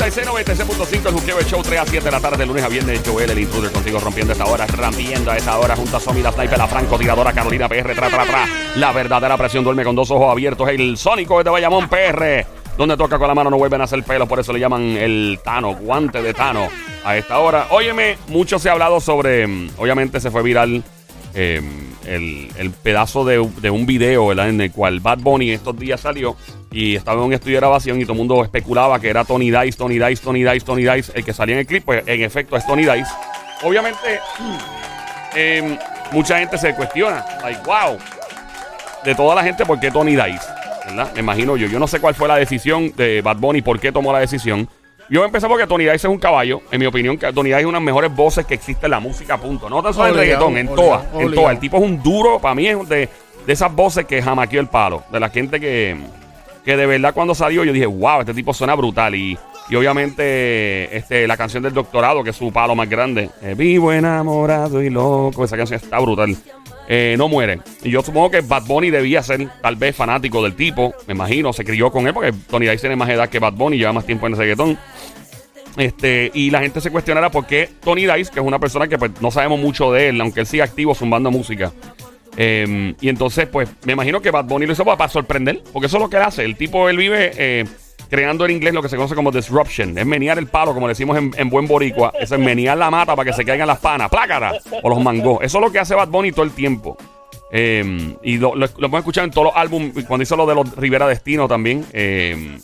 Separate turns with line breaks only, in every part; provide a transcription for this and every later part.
RC 96.5, el Juqueo el Show, 3 a 7 de la tarde, lunes a viernes. Joel, el intruder, contigo rompiendo esta hora, rampiendo a esta hora, junto a Somi, la sniper, la francotiradora, Carolina PR, tra, tra, tra. La verdadera presión duerme con dos ojos abiertos. El sónico es de Bayamón PR, donde toca con la mano, no vuelven a hacer pelo, por eso le llaman el Tano, guante de Tano, a esta hora. Óyeme, mucho se ha hablado sobre, mm, obviamente se fue viral eh, el, el pedazo de, de un video ¿verdad? en el cual Bad Bunny estos días salió y estaba en un estudio de grabación y todo el mundo especulaba que era Tony Dice, Tony Dice, Tony Dice, Tony Dice. El que salía en el clip, pues en efecto es Tony Dice. Obviamente, eh, mucha gente se cuestiona, like, wow, de toda la gente, ¿por qué Tony Dice? ¿Verdad? Me imagino yo. Yo no sé cuál fue la decisión de Bad Bunny, por qué tomó la decisión. Yo empecé porque Tony Dice es un caballo. En mi opinión, que Tony Dice es una de las mejores voces que existe en la música, punto. No tan solo en
Obligado,
reggaetón, en
obligado,
todas. En
obligado.
todas. El tipo es un duro, para mí es de, de esas voces que jamaqueó el palo. De la gente que, que de verdad cuando salió yo dije, wow, este tipo suena brutal. Y, y obviamente este, la canción del doctorado, que es su palo más grande. eh, Vivo enamorado y loco. Esa canción está brutal. Eh, no muere. Y yo supongo que Bad Bunny debía ser tal vez fanático del tipo. Me imagino, se crió con él porque Tony Dice tiene más edad que Bad Bunny, lleva más tiempo en el reggaetón. Este, y la gente se cuestionará por qué Tony Dice, que es una persona que pues, no sabemos mucho de él, aunque él siga activo zumbando música. Eh, y entonces, pues, me imagino que Bad Bunny lo hizo para, para sorprender, porque eso es lo que él hace. El tipo, él vive eh, creando en inglés lo que se conoce como disruption. Es menear el palo, como le decimos en, en buen boricua. Eso es menear la mata para que se caigan las panas, plácara, o los mangos. Eso es lo que hace Bad Bunny todo el tiempo. Eh, y lo, lo- lo hemos escuchado en todos los álbumes, cuando hizo lo de los Rivera Destino también. eh,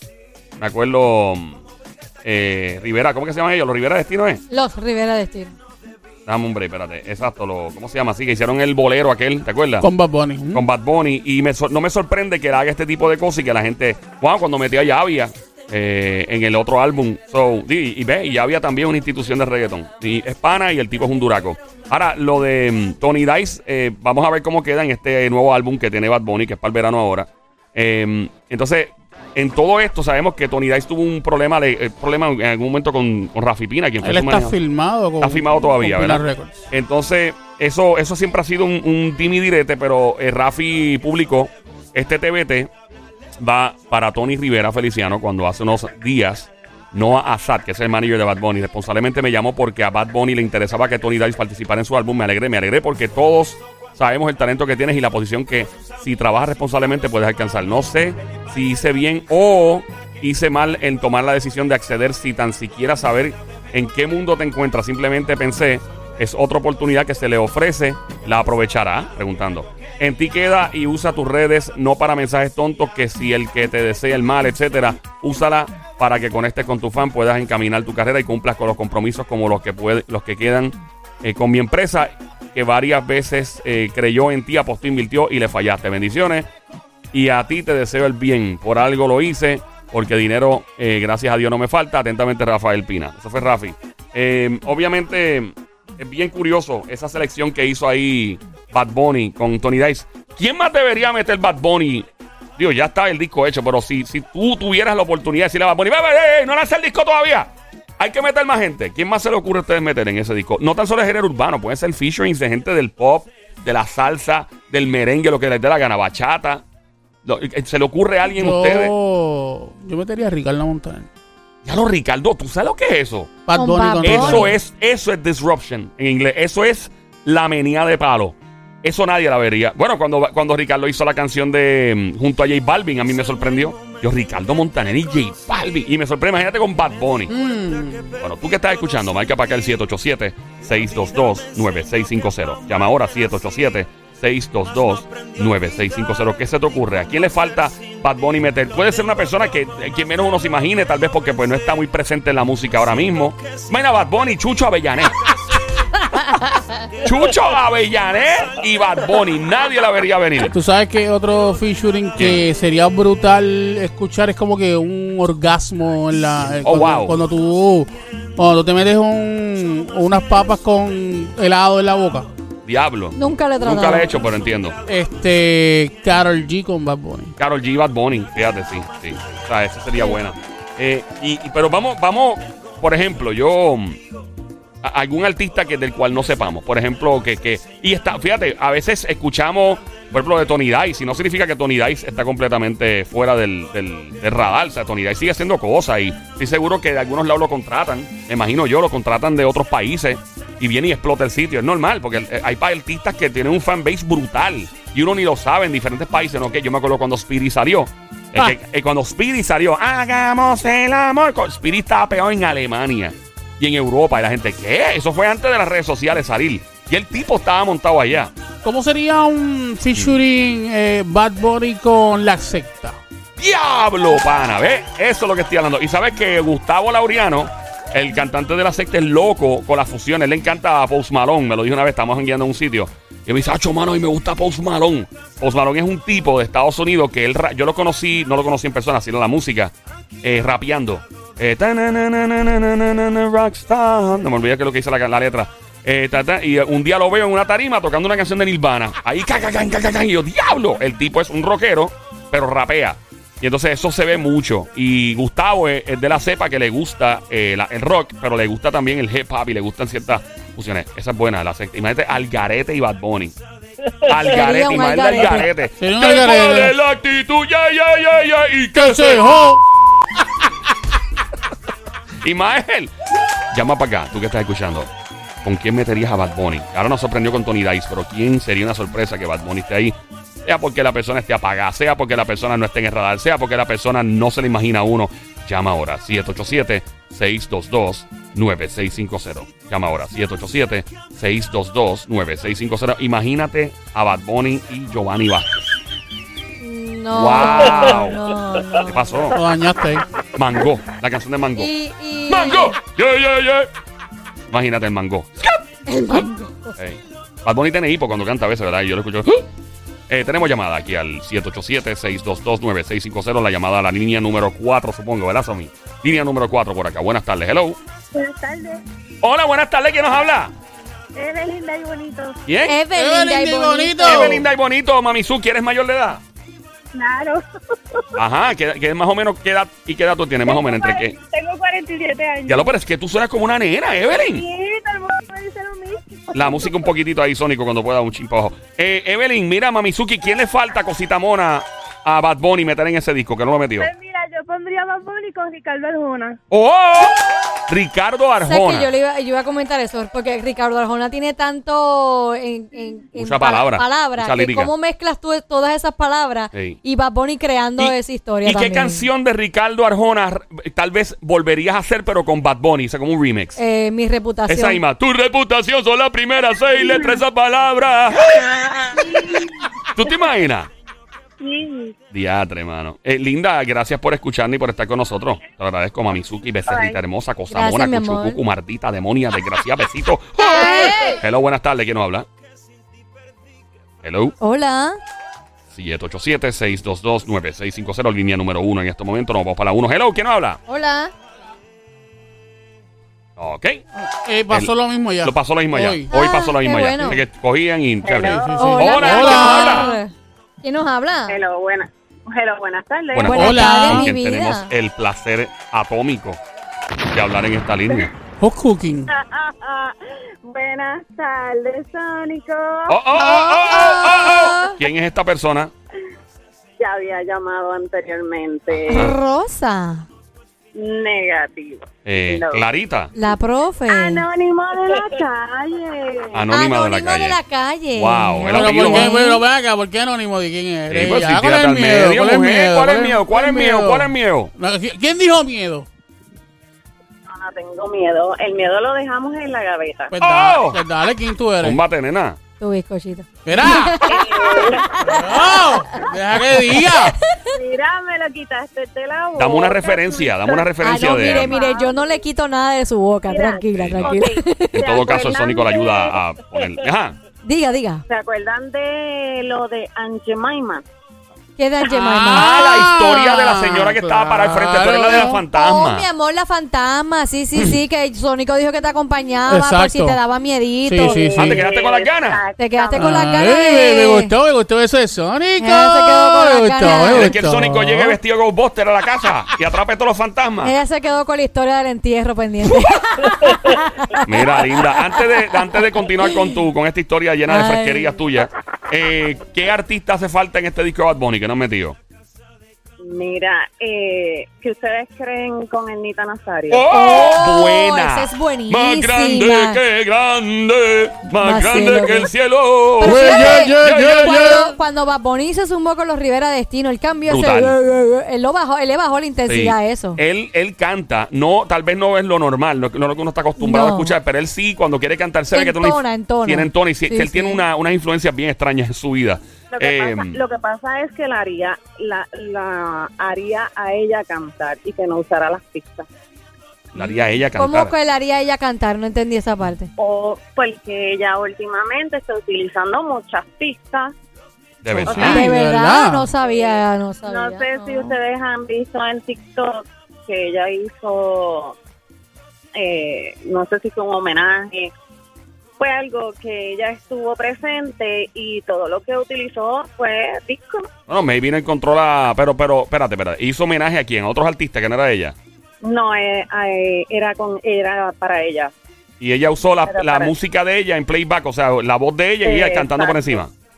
me acuerdo... eh, Rivera, ¿cómo que se llaman ellos? ¿Los Rivera Destino es?
Los Rivera Destino.
Dame, hombre, espérate. Exacto, lo, ¿cómo se llama? Así que hicieron el bolero aquel, ¿te acuerdas?
Con Bad Bunny.
con Bad Bunny. Y me sor- no me sorprende que él haga este tipo de cosas y que la gente. Wow, cuando metió a Yavia eh, en el otro álbum. So, y, y ve, y Yavia también es una institución de reggaetón. Y es pana y el tipo es un duraco. Ahora, lo de mm, Tony Dice, eh, vamos a ver cómo queda en este nuevo álbum que tiene Bad Bunny, que es para el verano ahora. Eh, entonces, en todo esto sabemos que Tony Dice tuvo un problema, le- eh, problema en algún momento con, con Rafi Pina, quien fue
Él
su
está
manejador.
filmado. Con,
Está filmado todavía,
con Pina
¿verdad?
Records.
Entonces, eso, eso siempre ha sido un, un direte, pero eh, Rafi publicó este TBT va para Tony Rivera Feliciano cuando hace unos días Noah Assad, que es el manager de Bad Bunny, responsablemente me llamó porque a Bad Bunny le interesaba que Tony Dice participara en su álbum. Me alegré, me alegré porque todos sabemos el talento que tienes y la posición que si trabajas responsablemente puedes alcanzar. No sé si hice bien o hice mal en tomar la decisión de acceder si tan siquiera saber en qué mundo te encuentras. Simplemente pensé, es otra oportunidad que se le ofrece, la aprovechará, preguntando. En ti queda y usa tus redes, no para mensajes tontos, que si el que te desea el mal, etcétera, úsala para que conectes con tu fan, puedas encaminar tu carrera y cumplas con los compromisos como los que, puede, los que quedan eh, con mi empresa, que varias veces eh, creyó en ti, apostó, invirtió y le fallaste. Bendiciones. Y a ti te deseo el bien. Por algo lo hice, porque dinero, eh, gracias a Dios, no me falta. Atentamente, Rafael Pina. Eso fue Rafi. Eh, obviamente, es bien curioso esa selección que hizo ahí Bad Bunny con Tony Dice. ¿Quién más debería meter Bad Bunny? Digo, ya está el disco hecho, pero si, si tú tuvieras la oportunidad de decirle a Bad Bunny, "Ve, ve, ve, ve, no lanza el disco todavía. Hay que meter más gente. ¿Quién más se le ocurre a ustedes meter en ese disco? No tan solo el género urbano, pueden ser featurings de gente del pop, de la salsa, del merengue, lo que les dé la gana, bachata. Lo- eh, ¿Se le ocurre a alguien a ustedes?
Yo, yo metería a Ricardo Montaner.
Ya lo, Ricardo, ¿tú sabes lo que es eso?
Bad
Con
Bunny
Bad
con
Bunny.
Eso es, eso es disruption en inglés. Eso es la menía de palo. Eso nadie la vería. Bueno, cuando, cuando Ricardo hizo la canción de mm, junto a J Balvin, a mí me sorprendió. Yo, Ricardo Montaner y J Balvin. Y me sorprende, imagínate con Bad Bunny.
Mm.
Bueno, tú que estás escuchando, marca para acá el 787-622-9650. Llama ahora 787-622-9650. ¿Qué se te ocurre? ¿A quién le falta Bad Bunny meter? Puede ser una persona que eh, quien menos uno se imagine, tal vez porque pues no está muy presente en la música ahora mismo. Mira Bad Bunny, Chucho Avellané. Chucho Avellané y Bad Bunny. Nadie la vería venir.
Tú sabes que otro featuring que sería brutal escuchar es como que un orgasmo en la eh,
Oh,
cuando,
wow.
cuando tú cuando tú te metes un- unas papas con helado en la boca.
Diablo.
Nunca le he tratado.
Nunca la he hecho, pero entiendo.
Este Carol G con Bad Bunny.
Carol G. y Bad Bunny. Fíjate, sí, sí. O sea, esa sería buena. Eh, y, y- pero vamos, vamos, por ejemplo, yo. mm, a- algún artista que del cual no sepamos. Por ejemplo, que. que y está, fíjate, a veces escuchamos Por ejemplo, de Tony Dice. Y no significa que Tony Dice está completamente fuera del, del- del radar. O sea, Tony Dice sigue haciendo cosas. Y estoy seguro que de algunos lados lo contratan. Me imagino yo, lo contratan de otros países. Y viene y explota el sitio. Es normal, porque eh, hay pa- artistas que tienen un fanbase brutal. Y uno ni lo sabe en diferentes países. ¿no? Que yo me acuerdo cuando Speedy salió. Es
Ah.
que, eh, cuando Speedy salió, hagamos el amor. con- Speedy estaba pegado en Alemania y en Europa. Y la gente, ¿qué? Eso fue antes de las redes sociales salir. Y el tipo estaba montado allá.
¿Cómo sería un featuring eh, Bad Bunny con la secta?
¡Diablo, pana! ¿Ves? Eso es lo que estoy hablando. Y sabes que Gustavo Laureano, el cantante de la secta, es loco con las fusiones. Le encanta a Post Malone. Me lo dijo una vez, estamos jangueando en un sitio. Y me dice, ¡acho, mano! Y me gusta Post Malone. Post Malone es un tipo de Estados Unidos que él, ra- yo lo conocí, no lo conocí en persona, sino en la música, eh, rapeando. Eh, tananananananana, rockstar. No me olvidé que es lo que dice la, la letra. Eh, ta, ta, y eh, un día lo veo en una tarima tocando una canción de Nirvana. Ahí, ca, ca, ca, ca, ca, ca, y yo, diablo. El tipo es un rockero, pero rapea. Y entonces eso se ve mucho. Y Gustavo es, es de la cepa que le gusta eh, la- el rock, pero le gusta también el hip hop y le gustan ciertas fusiones. Esa es buena, la secta. Imagínate Algarete y Bad Bunny. Algarete,
Sería un
imagínate
algarete.
Algarete.
Sería un
Te
algarete.
pone la actitud, ya, ya, ya, ya, y que se Imael, llama para acá, tú que estás escuchando. ¿Con quién meterías a Bad Bunny? Ahora nos sorprendió con Tony Dice, pero ¿quién sería una sorpresa que Bad Bunny esté ahí? Sea porque la persona esté apagada, sea porque la persona no esté en el radar, sea porque la persona no se le imagina a uno. Llama ahora, 787-622-9650. Llama ahora, 787-622-9650. Imagínate a Bad Bunny y Giovanni Vázquez.
No.
Wow.
No, no.
¿Qué pasó?
Lo dañaste ahí.
Mango, la canción de Mango.
Y, y-
¡Mango! ¡Yeah, yeah, yeah! Imagínate el mango.
El mango.
Ey. Bad Bunny tiene hipo cuando canta a veces, ¿verdad? Y yo lo escucho. Eh, tenemos llamada aquí al 787-622-9650. La llamada a la línea número 4, supongo, ¿verdad, Sammy? Línea número 4 por acá. Buenas tardes, hello.
Buenas tardes.
Hola, buenas tardes, ¿quién nos habla?
Eres linda y bonito.
¿Bien?
Evelyn,
Evelyn,
Day
qué
bonito.
bonito.
Evelyn Day Bonito, Mamizuki, ¿eres mayor de edad?
Claro.
Ajá, ¿qué, qué más o menos qué edad y qué edad tú tienes? Más o menos entre qué.
Tengo 47 años.
Ya lo, pero es que tú suenas como una nena, Evelyn.
Sí, todo el mundo me dice lo mismo.
La música un poquitito ahí, Sónico, cuando pueda, un chimpa abajo. Eh, Evelyn, mira, Mamizuki, ¿quién le falta cosita mona a Bad Bunny meter en ese disco que no lo metió?
Pues mira, yo pondría más Bunny con Ricardo Arjona.
¡Oh! Ricardo
O sea, que yo,
Arjona.
le iba, yo iba a comentar eso, porque Ricardo Arjona tiene tanto en, en, en
Mucha
pa-
palabra,
palabras,
mucha
que
lírica.
¿Cómo mezclas tú todas esas palabras
Sí.
y Bad Bunny creando esa historia
y
también?
qué canción de Ricardo Arjona r- tal vez volverías a hacer, pero con Bad Bunny? O sea, como un remix.
Eh, mi reputación.
Esa misma. Tu reputación son las primeras seis letras de esa palabra. ¿Tú te imaginas?
Sí.
Diatre, hermano. Linda, gracias por escucharnos y por estar con nosotros. Te lo agradezco, Mamizuki, becerrita
Bye.
hermosa, cosa
Gracias, mi
mona,
amor.
cuchucucu, mardita, demonia, desgracia, besito. Hello, buenas tardes. ¿Quién nos habla? Hello.
Hola.
787-622-9650, línea número uno en este momento. Nos vamos para la uno. Hello, ¿quién nos habla?
Hola.
Ok.
Eh, pasó lo mismo ya.
Lo pasó lo mismo allá. Hoy
Hoy.
Ah,
pasó lo mismo
qué
allá.
bueno.
Así que cogían y...
Hello.
Sí.
Hola.
Hola,
¿quién
hola.
nos habla? ¿Quién nos habla?
Hello, buena. Hello, buenas tardes.
Buenas
Buenas
Hola.
tardes,
con
mi
quien
vida.
tenemos el placer atómico de hablar en esta línea.
Hot cooking.
buenas tardes, Sónico.
Oh, oh, oh, oh, oh, oh, oh. ¿Quién es esta persona?
Ya había llamado anteriormente.
Rosa.
Negativo.
Eh,
No.
Clarita,
La profe.
Anónimo de
Ah.
la calle.
anónima de la
Anónimo
calle.
calle.
Wow, el
Pero, ¿por
apellido,
qué,
¿no?
pero ven acá, ¿por qué anónimo de quién eres?
¿eh? Sí, pues,
Ya,
si tírate al medio, mujer, ¿cuál es miedo? ¿Cuál es miedo? ¿Cuál es miedo?
No, ¿qui- ¿Quién dijo miedo?
No, no tengo miedo. El miedo lo dejamos en la gaveta.
Pues,
¡Oh!
dale, pues dale, ¿quién tú eres?
Combate, nena.
Tu bizcochito.
¡Espera! ¡No! ¡oh! ¡Deja que diga!
Mira, me lo quitaste de la boca.
Dame una referencia, dame una
Ah,
referencia
no,
de...
mire, mire, yo no le quito nada de su boca.
Mira.
Ah, Tranquila,
Sí.
tranquila.
En todo caso, el Sónico le ayuda a poner... Ajá.
Diga, diga.
¿Se acuerdan de lo de Aunt Jemima?
¿Qué de
Ah, la historia de la señora que estaba parada al frente. Tú eres la de la
Claro.
Oh,
fantasma.
mi amor, la fantasma. Sí, sí, sí, que Sónico dijo que te acompañaba por
Exacto.
si te daba miedito.
Sí, sí, sí.
Ah, te quedaste con las ganas.
Te quedaste con
la
las
cara
ganas de...
me, me gustó, me gustó eso de Sonic.
Ella se quedó con las
me gustó,
ganas.
me
¿Quieres que el
gustó.
Sónico llegue vestido de Ghostbuster a la casa y atrape todos los fantasmas?
Ella se quedó con la historia del entierro pendiente.
Mira, linda, antes de, antes de continuar con tu, con esta historia llena de
Ay.
fresquerías tuyas, eh, ¿qué artista hace falta en este disco de Bad Bunny que no han metido?
Mira, eh, ¿qué ustedes creen con Ernita Nazario?
¡Oh!
Oh,
¡Buena!
esa es buenísima.
Más grande que grande, más,
Más
grande
cielo
que el
que-
cielo.
Pero
Ué,
fíjate,
ye, ye, ye,
Cuando, cuando Bad Bunny se sumó con los Rivera Destino, el cambio ese,
Brutal.
él, lo bajó, él le bajó la intensidad
Sí.
a eso.
Él, él canta, no, tal vez no es lo normal, no, no es lo que uno está acostumbrado
No.
a escuchar, pero él sí, cuando quiere cantar, se ve que tiene
Entona,
una inf-
entona.
tiene entona y si-
Sí,
que él
sí.
tiene una, unas influencias bien extrañas en su vida.
Lo que,
Em,
pasa, lo que pasa es que la haría, la, la haría a ella cantar y que no usara las pistas.
la haría a ella
¿Cómo
cantar.
que él haría ella cantar? No entendí esa parte.
O porque ella últimamente está utilizando muchas pistas.
De verdad.
Ah,
de
de
verdad,
verdad.
no sabía, no sabía.
No sé si
no.
ustedes han visto en TikTok que ella hizo, eh, no sé si fue un homenaje, fue algo que ella estuvo presente y todo lo que utilizó fue disco.
Bueno, maybe no encontró la. Pero, pero, espérate, espérate. ¿Hizo homenaje a quién? ¿A otros artistas que no era ella?
No, eh, eh, era con era para ella.
Y ella usó la,
Era
la
para-
música de ella en playback, o sea, la voz de ella y ella
Eh,
cantando por
exacto.
encima.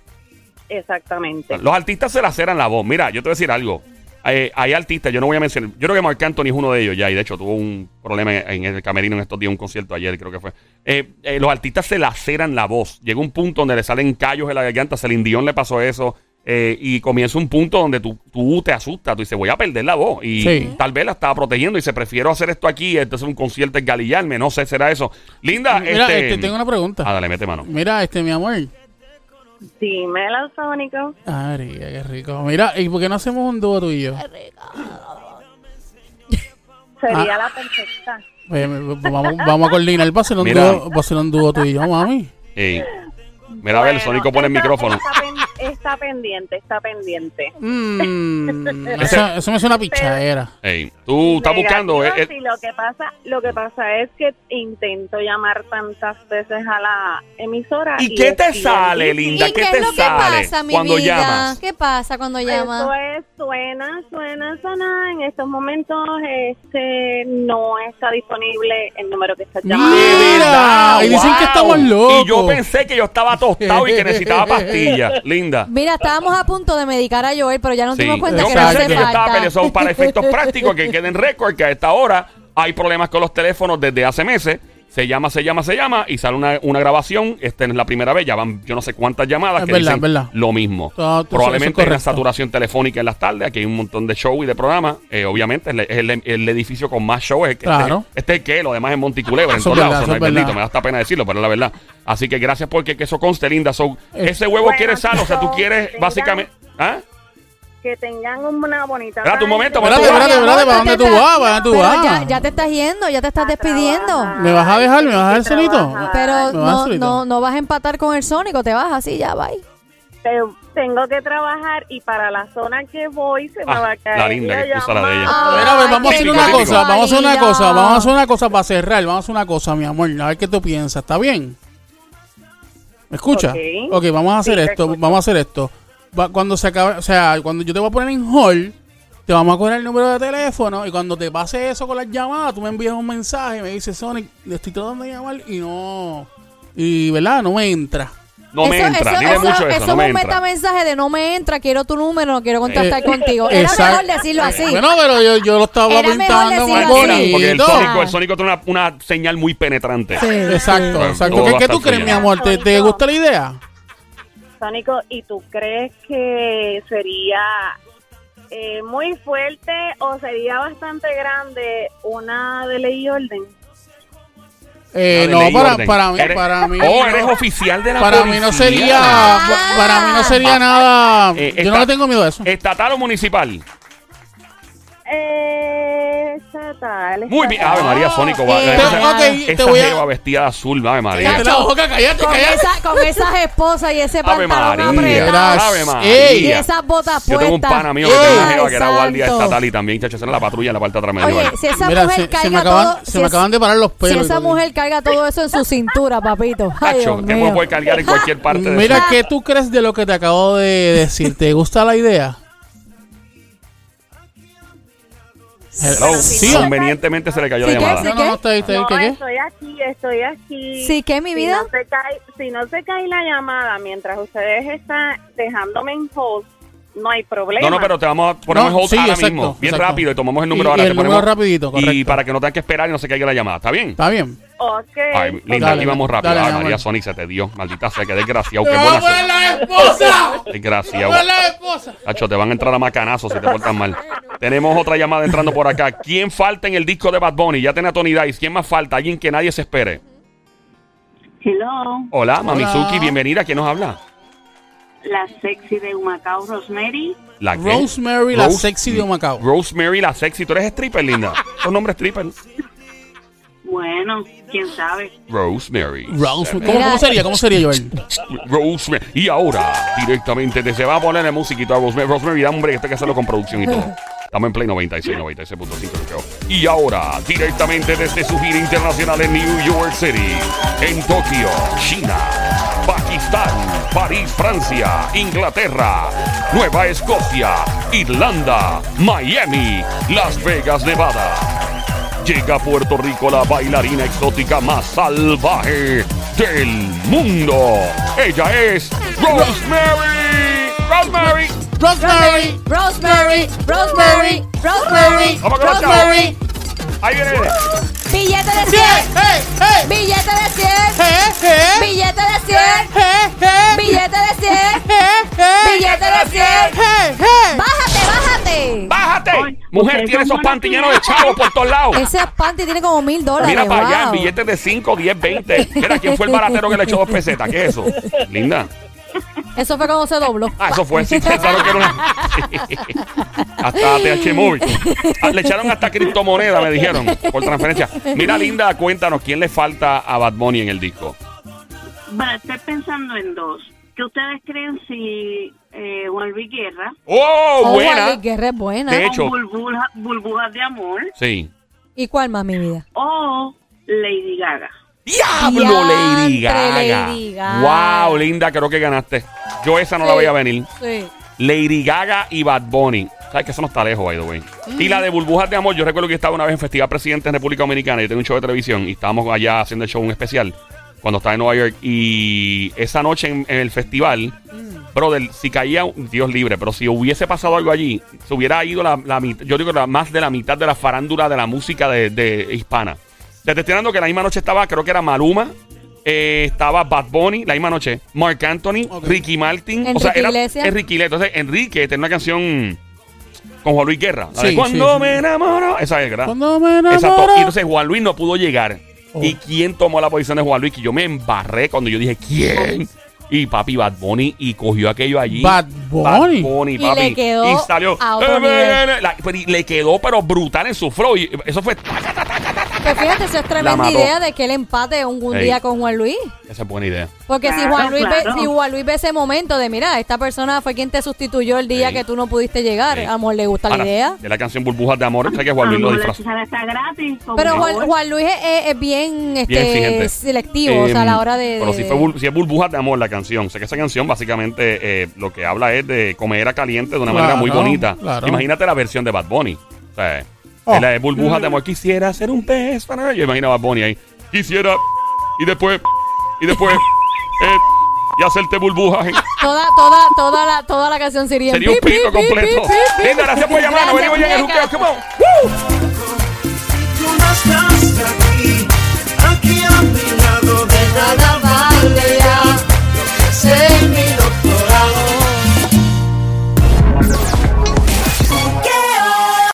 Exactamente.
Los artistas se laceran la voz. Mira, yo te voy a decir algo. Eh, hay artistas, yo no voy a mencionar. Yo creo que Marc Anthony es uno de ellos ya, y de hecho tuvo un problema en, en el camerino en estos días, un concierto ayer, creo que fue. Eh, eh, los artistas se laceran la voz. Llega un punto donde le salen callos en la garganta. Celine Dion le pasó eso. eh, y comienza un punto donde tú, tú te asustas, tú dices, voy a perder la voz. Y
Sí.
tal vez la estaba protegiendo y se prefiero hacer esto aquí, entonces un concierto en Galillarme, no sé, será eso. Linda,
Mira,
este,
este, tengo una pregunta.
Ah, dale, mete mano.
Mira, este, mi amor.
Dímelo, Sónico.
Ay, qué rico. Mira, ¿y por qué no hacemos un dúo tú y yo?
Ah.
Sería la perfecta.
Pues, pues, pues, vamos, vamos a coordinar para hacer un
Mira.
dúo, para hacer un dúo tú y yo, mami.
Ey. Mira, a ver, el
Bueno,
Sónico pone el
está-
micrófono.
Está, pen- está pendiente, está pendiente.
Mm, eso, eso me suena a pichadera.
Ey, tú estás buscando. eh,
Negativo,
eh,
sí, lo que pasa, lo que pasa es que intento llamar tantas veces a la emisora.
¿Y qué
es
te
bien
sale,
difícil.
¿Y
Linda,
qué
¿qué te
es lo
sale
que pasa, mi
cuando
vida?
llamas?
¿Qué pasa cuando
Eso
llama?
es, suena, suena, suena. En estos momentos este no está disponible el número que estás llamando.
¡De
Mira,
verdad!
y dicen que estamos locos.
Y yo pensé que yo estaba tostado y que necesitaba pastillas, linda.
Mira, estábamos a punto de medicar a Joel, pero ya nos
Sí.
dimos
Yo
cuenta que no
pensé
hace
que yo estaba
falta.
peleando para efectos prácticos, que queden récord, que a esta hora hay problemas con los teléfonos desde hace meses. Se llama, se llama, se llama y sale una, una grabación. Esta no es la primera vez, ya van yo no sé cuántas llamadas
Es
que
verdad,
dicen
verdad.
lo mismo.
Todo- todo eso es
Probablemente hay una
correcto.
saturación telefónica en las tardes, aquí hay un montón de show y de programas. Eh, obviamente es el, es el- el edificio con más shows. es que este-
Claro. Ah,
Este, es el que, lo demás es Monte y Culebra, en
Eso
todos
es
lados.
verdad,
eso no
eso
es
es
bendito,
verdad.
me da hasta pena decirlo, pero es la verdad. Así que gracias porque que eso conste, linda. So,
Eh,
ese huevo
bueno,
quiere sal, o sea, tú
so,
quieres
mira.
básicamente... ¿Ah?
Que tengan una bonita.
Espérate un
tarde.
momento,
Espérate, espérate, espérate, ¿para dónde tú vas? ¿Para dónde tú
Pero
vas?
ya, ya te estás yendo, ya te estás despidiendo.
trabajar.
¿Me vas a dejar? ¿Me vas a dejar
Hay que
solito?
trabajar.
Pero
Me vas
no,
solito.
no, no vas a empatar con el Sónico, te vas así, ya, bye.
Te- tengo que trabajar y para la zona que voy se me
Ah,
va a caer.
la linda que excusa la de ella.
Ah,
Mira, pues, vamos a
qué
hacer una
típico.
cosa, vamos a hacer una cosa,
casualidad.
vamos a hacer una cosa para cerrar, vamos a hacer una cosa, mi amor, a ver qué tú piensas, ¿está bien? ¿Me escucha?
Ok.
ok, vamos a
Sí,
hacer
te
esto,
escucho.
vamos a hacer esto. Va- cuando se acabe, o sea, cuando yo te voy a poner en hall, te vamos a coger el número de teléfono y cuando te pase eso con las llamadas, tú me envías un mensaje, me dices, Sonic, le estoy tratando de llamar y no, y ¿verdad? No me entra.
No me entra, dile mucho eso, no me
es un
entra.
metamensaje de no me entra, quiero tu número, no quiero contactar
Eh,
contigo. Era
exacto.
mejor decirlo así.
Bueno, pero yo, yo lo estaba
Era mejor
pintando
decirlo
más
así.
Tranquila, porque el
bonito.
sónico, el sónico tiene una, una señal muy penetrante.
Sí.
Exacto,
Bueno,
exacto.
todo
¿Qué,
va a
qué
estar
tú crees,
soñado.
mi amor? ¿Te, te gusta la idea?
Sónico, ¿y tú crees que sería eh, muy fuerte o sería bastante grande una de ley y orden?
Eh,
de
no,
ley y
para,
orden.
para mí,
Eres-
para mí.
Oh, eres oficial de la
Para mí no
policía.
sería, para
Ah.
mí no sería nada.
Eh,
yo no
esta-
le tengo miedo a eso.
Estatal o municipal.
Eh, estatal.
Muy bien. Ave María,
Ah,
Sónico. Va,
eh,
esa
ok, te
esa
voy a-
jeva vestida de azul, Ave María.
Cállate la boca, cállate,
con,
cállate.
esa- con esas esposas y ese
Ave
pantalón
María.
apretado.
Ave
Y
María.
Ey.
esas botas
Yo
puestas.
tengo un pana mío que tenía una
Ay,
jeva que era guardia
santo.
estatal y también, chacho, esa era la patrulla en la parte de atrás. me dio
Oye,
igual.
si esa
Mira,
mujer
se,
carga
se me acaban,
todo,
se
si
me
es-
acaban pues de parar los pelos.
si esa
Porque-
mujer carga todo eso en su cintura, papito. Ay,
Chacho,
Dios
que
mío.
puede cargar en cualquier parte de
Mira, ¿qué tú crees de lo que te acabo de decir? ¿Te gusta la idea?
Hello.
Pero si
Sí.
no-
Convenientemente se le cayó
Sí,
la
¿qué?
llamada.
No, no, no, estoy, estoy,
No,
¿qué, qué?
estoy aquí, estoy aquí.
Sí, que mi
Si
vida.
no se cae- si no se cae la llamada mientras ustedes están dejándome en hold, no hay problema.
No, no, pero te vamos a poner
No,
en hold
sí,
ahora
exacto,
mismo. Bien
exacto.
rápido y tomamos el
Y-
número
y
ahora.
el
te
número
ponemos-
rapidito,
Y
correcto.
para que no tengas que esperar y no se caiga la llamada. ¿Está bien?
Está bien.
Ok.
Ay, linda,
Dale,
aquí vamos
dale,
rápido. Ay,
mi amor.
María Sonic se te dio. Maldita sea, que desgraciado. Qué buena suerte.
la esposa!
Desgraciado.
la esposa!
Nacho, te van a entrar a macanazos si te portas mal. Tenemos otra llamada entrando por acá. ¿Quién falta en el disco de Bad Bunny? Ya tiene a Tony Dice. ¿Quién más falta? Alguien que nadie se espere.
Hello,
Hola, Mamizuki,
Hola.
bienvenida. ¿Quién nos habla?
la sexy de Humacao, Rosemary.
¿La qué?
Rosemary, la
Rose-
sexy de Humacao.
Rosemary, la sexy. Tú eres stripper, linda. Son nombres stripper.
Bueno, quién sabe.
Rosemary.
Rose, ¿cómo,
Mira.
¿Cómo sería? ¿Cómo sería, Joel?
Rosemary. Y ahora, directamente, desde va a poner la musiquita a Rosemary. Rosemary, dame un break, esto hay que hacerlo con producción y todo. Estamos en Play 96, 96.5 creo. Y ahora, directamente desde su gira internacional en New York City, en Tokio, China, Pakistán, París, Francia, Inglaterra, Nueva Escocia, Irlanda, Miami, Las Vegas, Nevada. Llega a Puerto Rico la bailarina exótica más salvaje del mundo. Ella es Rosemary. Rosemary.
¡Rosemary!
Rosemary, Rosemary, Rosemary,
Vamos con los
Rosemary.
Ahí viene.
Billete de 100,
¡Eh,
billete de 100,
eh!
billete de 100,
¡Eh,
billete de 100, billete de 100. Bájate, bájate.
Bájate.
Ay,
Mujer,
ustedes
tiene
son
esos
buenos
pantillanos de chavos por todos lados.
Ese panty tiene como mil dólares.
Mira para allá,
wow.
billetes de 5, 10, 20. Mira, ¿quién fue el baratero que le echó dos pesetas? ¿Qué es eso? Linda.
Eso fue cuando se dobló.
Ah, eso fue. Sí, pensaron que era una. hasta TH Móvil. Ah, Le echaron hasta criptomoneda, me dijeron, por transferencia. Mira, Linda, cuéntanos, ¿quién le falta a Bad Bunny en el disco?
Bueno, estoy pensando en dos. ¿Qué ustedes creen si eh, Juan Luis Guerra
¡Oh,
Oh,
buena!
Wally Guerra es buena.
De- hecho.
con burbuja- burbujas de amor
Sí.
¿Y cuál más, mi vida?
o Lady Gaga?
¡Diablo, Lady
Diantre,
Gaga!
Lady Gaga.
¡Wow, Linda, creo que ganaste! Yo esa no la
Sí.
voy a venir.
Sí.
Lady Gaga y Bad Bunny. ¿Sabes que eso no está lejos, by the way? Y la de Burbujas de Amor, yo recuerdo que yo estaba una vez en Festival Presidente en República Dominicana y tenía un show de televisión y estábamos allá haciendo el show un especial cuando estaba en Nueva York. Y esa noche en, en el festival, brother, si caía, un- Dios libre, pero si hubiese pasado algo allí, se hubiera ido la, la mit- yo digo, la- más de la mitad de la farándula de la música de, de hispana. Te estoy hablando que la misma noche estaba, creo que era Maluma. eh, estaba Bad Bunny la misma noche, Mark Anthony,
Ok.
Ricky Martin,
Enrique
o sea, era
Iglesias.
Enrique Iglesias. Entonces, Enrique tenía una canción con Juan Luis Guerra. La de
Sí,
Cuando
sí, sí.
me enamoro. Esa es, ¿verdad?
Cuando me
Exacto.
enamoro.
Y entonces Juan Luis no pudo llegar.
Oh.
¿Y quién tomó la posición de Juan Luis? Que yo me embarré cuando yo dije, ¿quién? Y papi Bad Bunny y cogió aquello allí.
Bad Bunny.
Bunny,
Y
papi.
le quedó
Y salió.
a otro
"Eh,
nivel".
eh, eh", la- pero y le quedó, pero brutal en su flow. Y eso fue.
Que fíjate, eso es
mató.
tremenda idea de que él empate un, un
Ey.
día con Juan Luis.
Esa es buena idea.
Porque si,
Claro,
Juan Luis
claro.
ve, si Juan Luis ve ese momento de, mira, esta persona fue quien te sustituyó el día
Sí.
que tú no pudiste llegar,
Sí.
a lo mejor le gusta
Ahora,
la idea.
De la canción Burbujas de Amor. Sé que Juan
A
Luis lo
mejor la
disfrazó.
chica está gratis. con
Pero
burbujas.
Juan, Juan Luis es, es- es bien,
exigente.
este, selectivo, o sea, a la hora de...
Pero
de-
Em, si, fue, bur- si es burbujas de amor la canción. Sé que esa canción básicamente eh, lo que habla es de comer a caliente de una manera muy
Claro,
bonita.
claro.
Imagínate la versión de Bad Bunny. O sea,
Oh.
la de burbujas de amor. Quisiera ser un pez para... Yo imagino a Bad Bunny ahí. Quisiera... Y después... Y después... eh, y hacerte burbujas.
Toda, toda, toda, la, toda la canción sería...
Sería un
pi, pi,
pito
pi,
completo.
pi, pi, pi.
Linda, gracias por llamarnos.
Gracias,
Venimos ya en el
muñeca.
juqueo. Come on.
You must know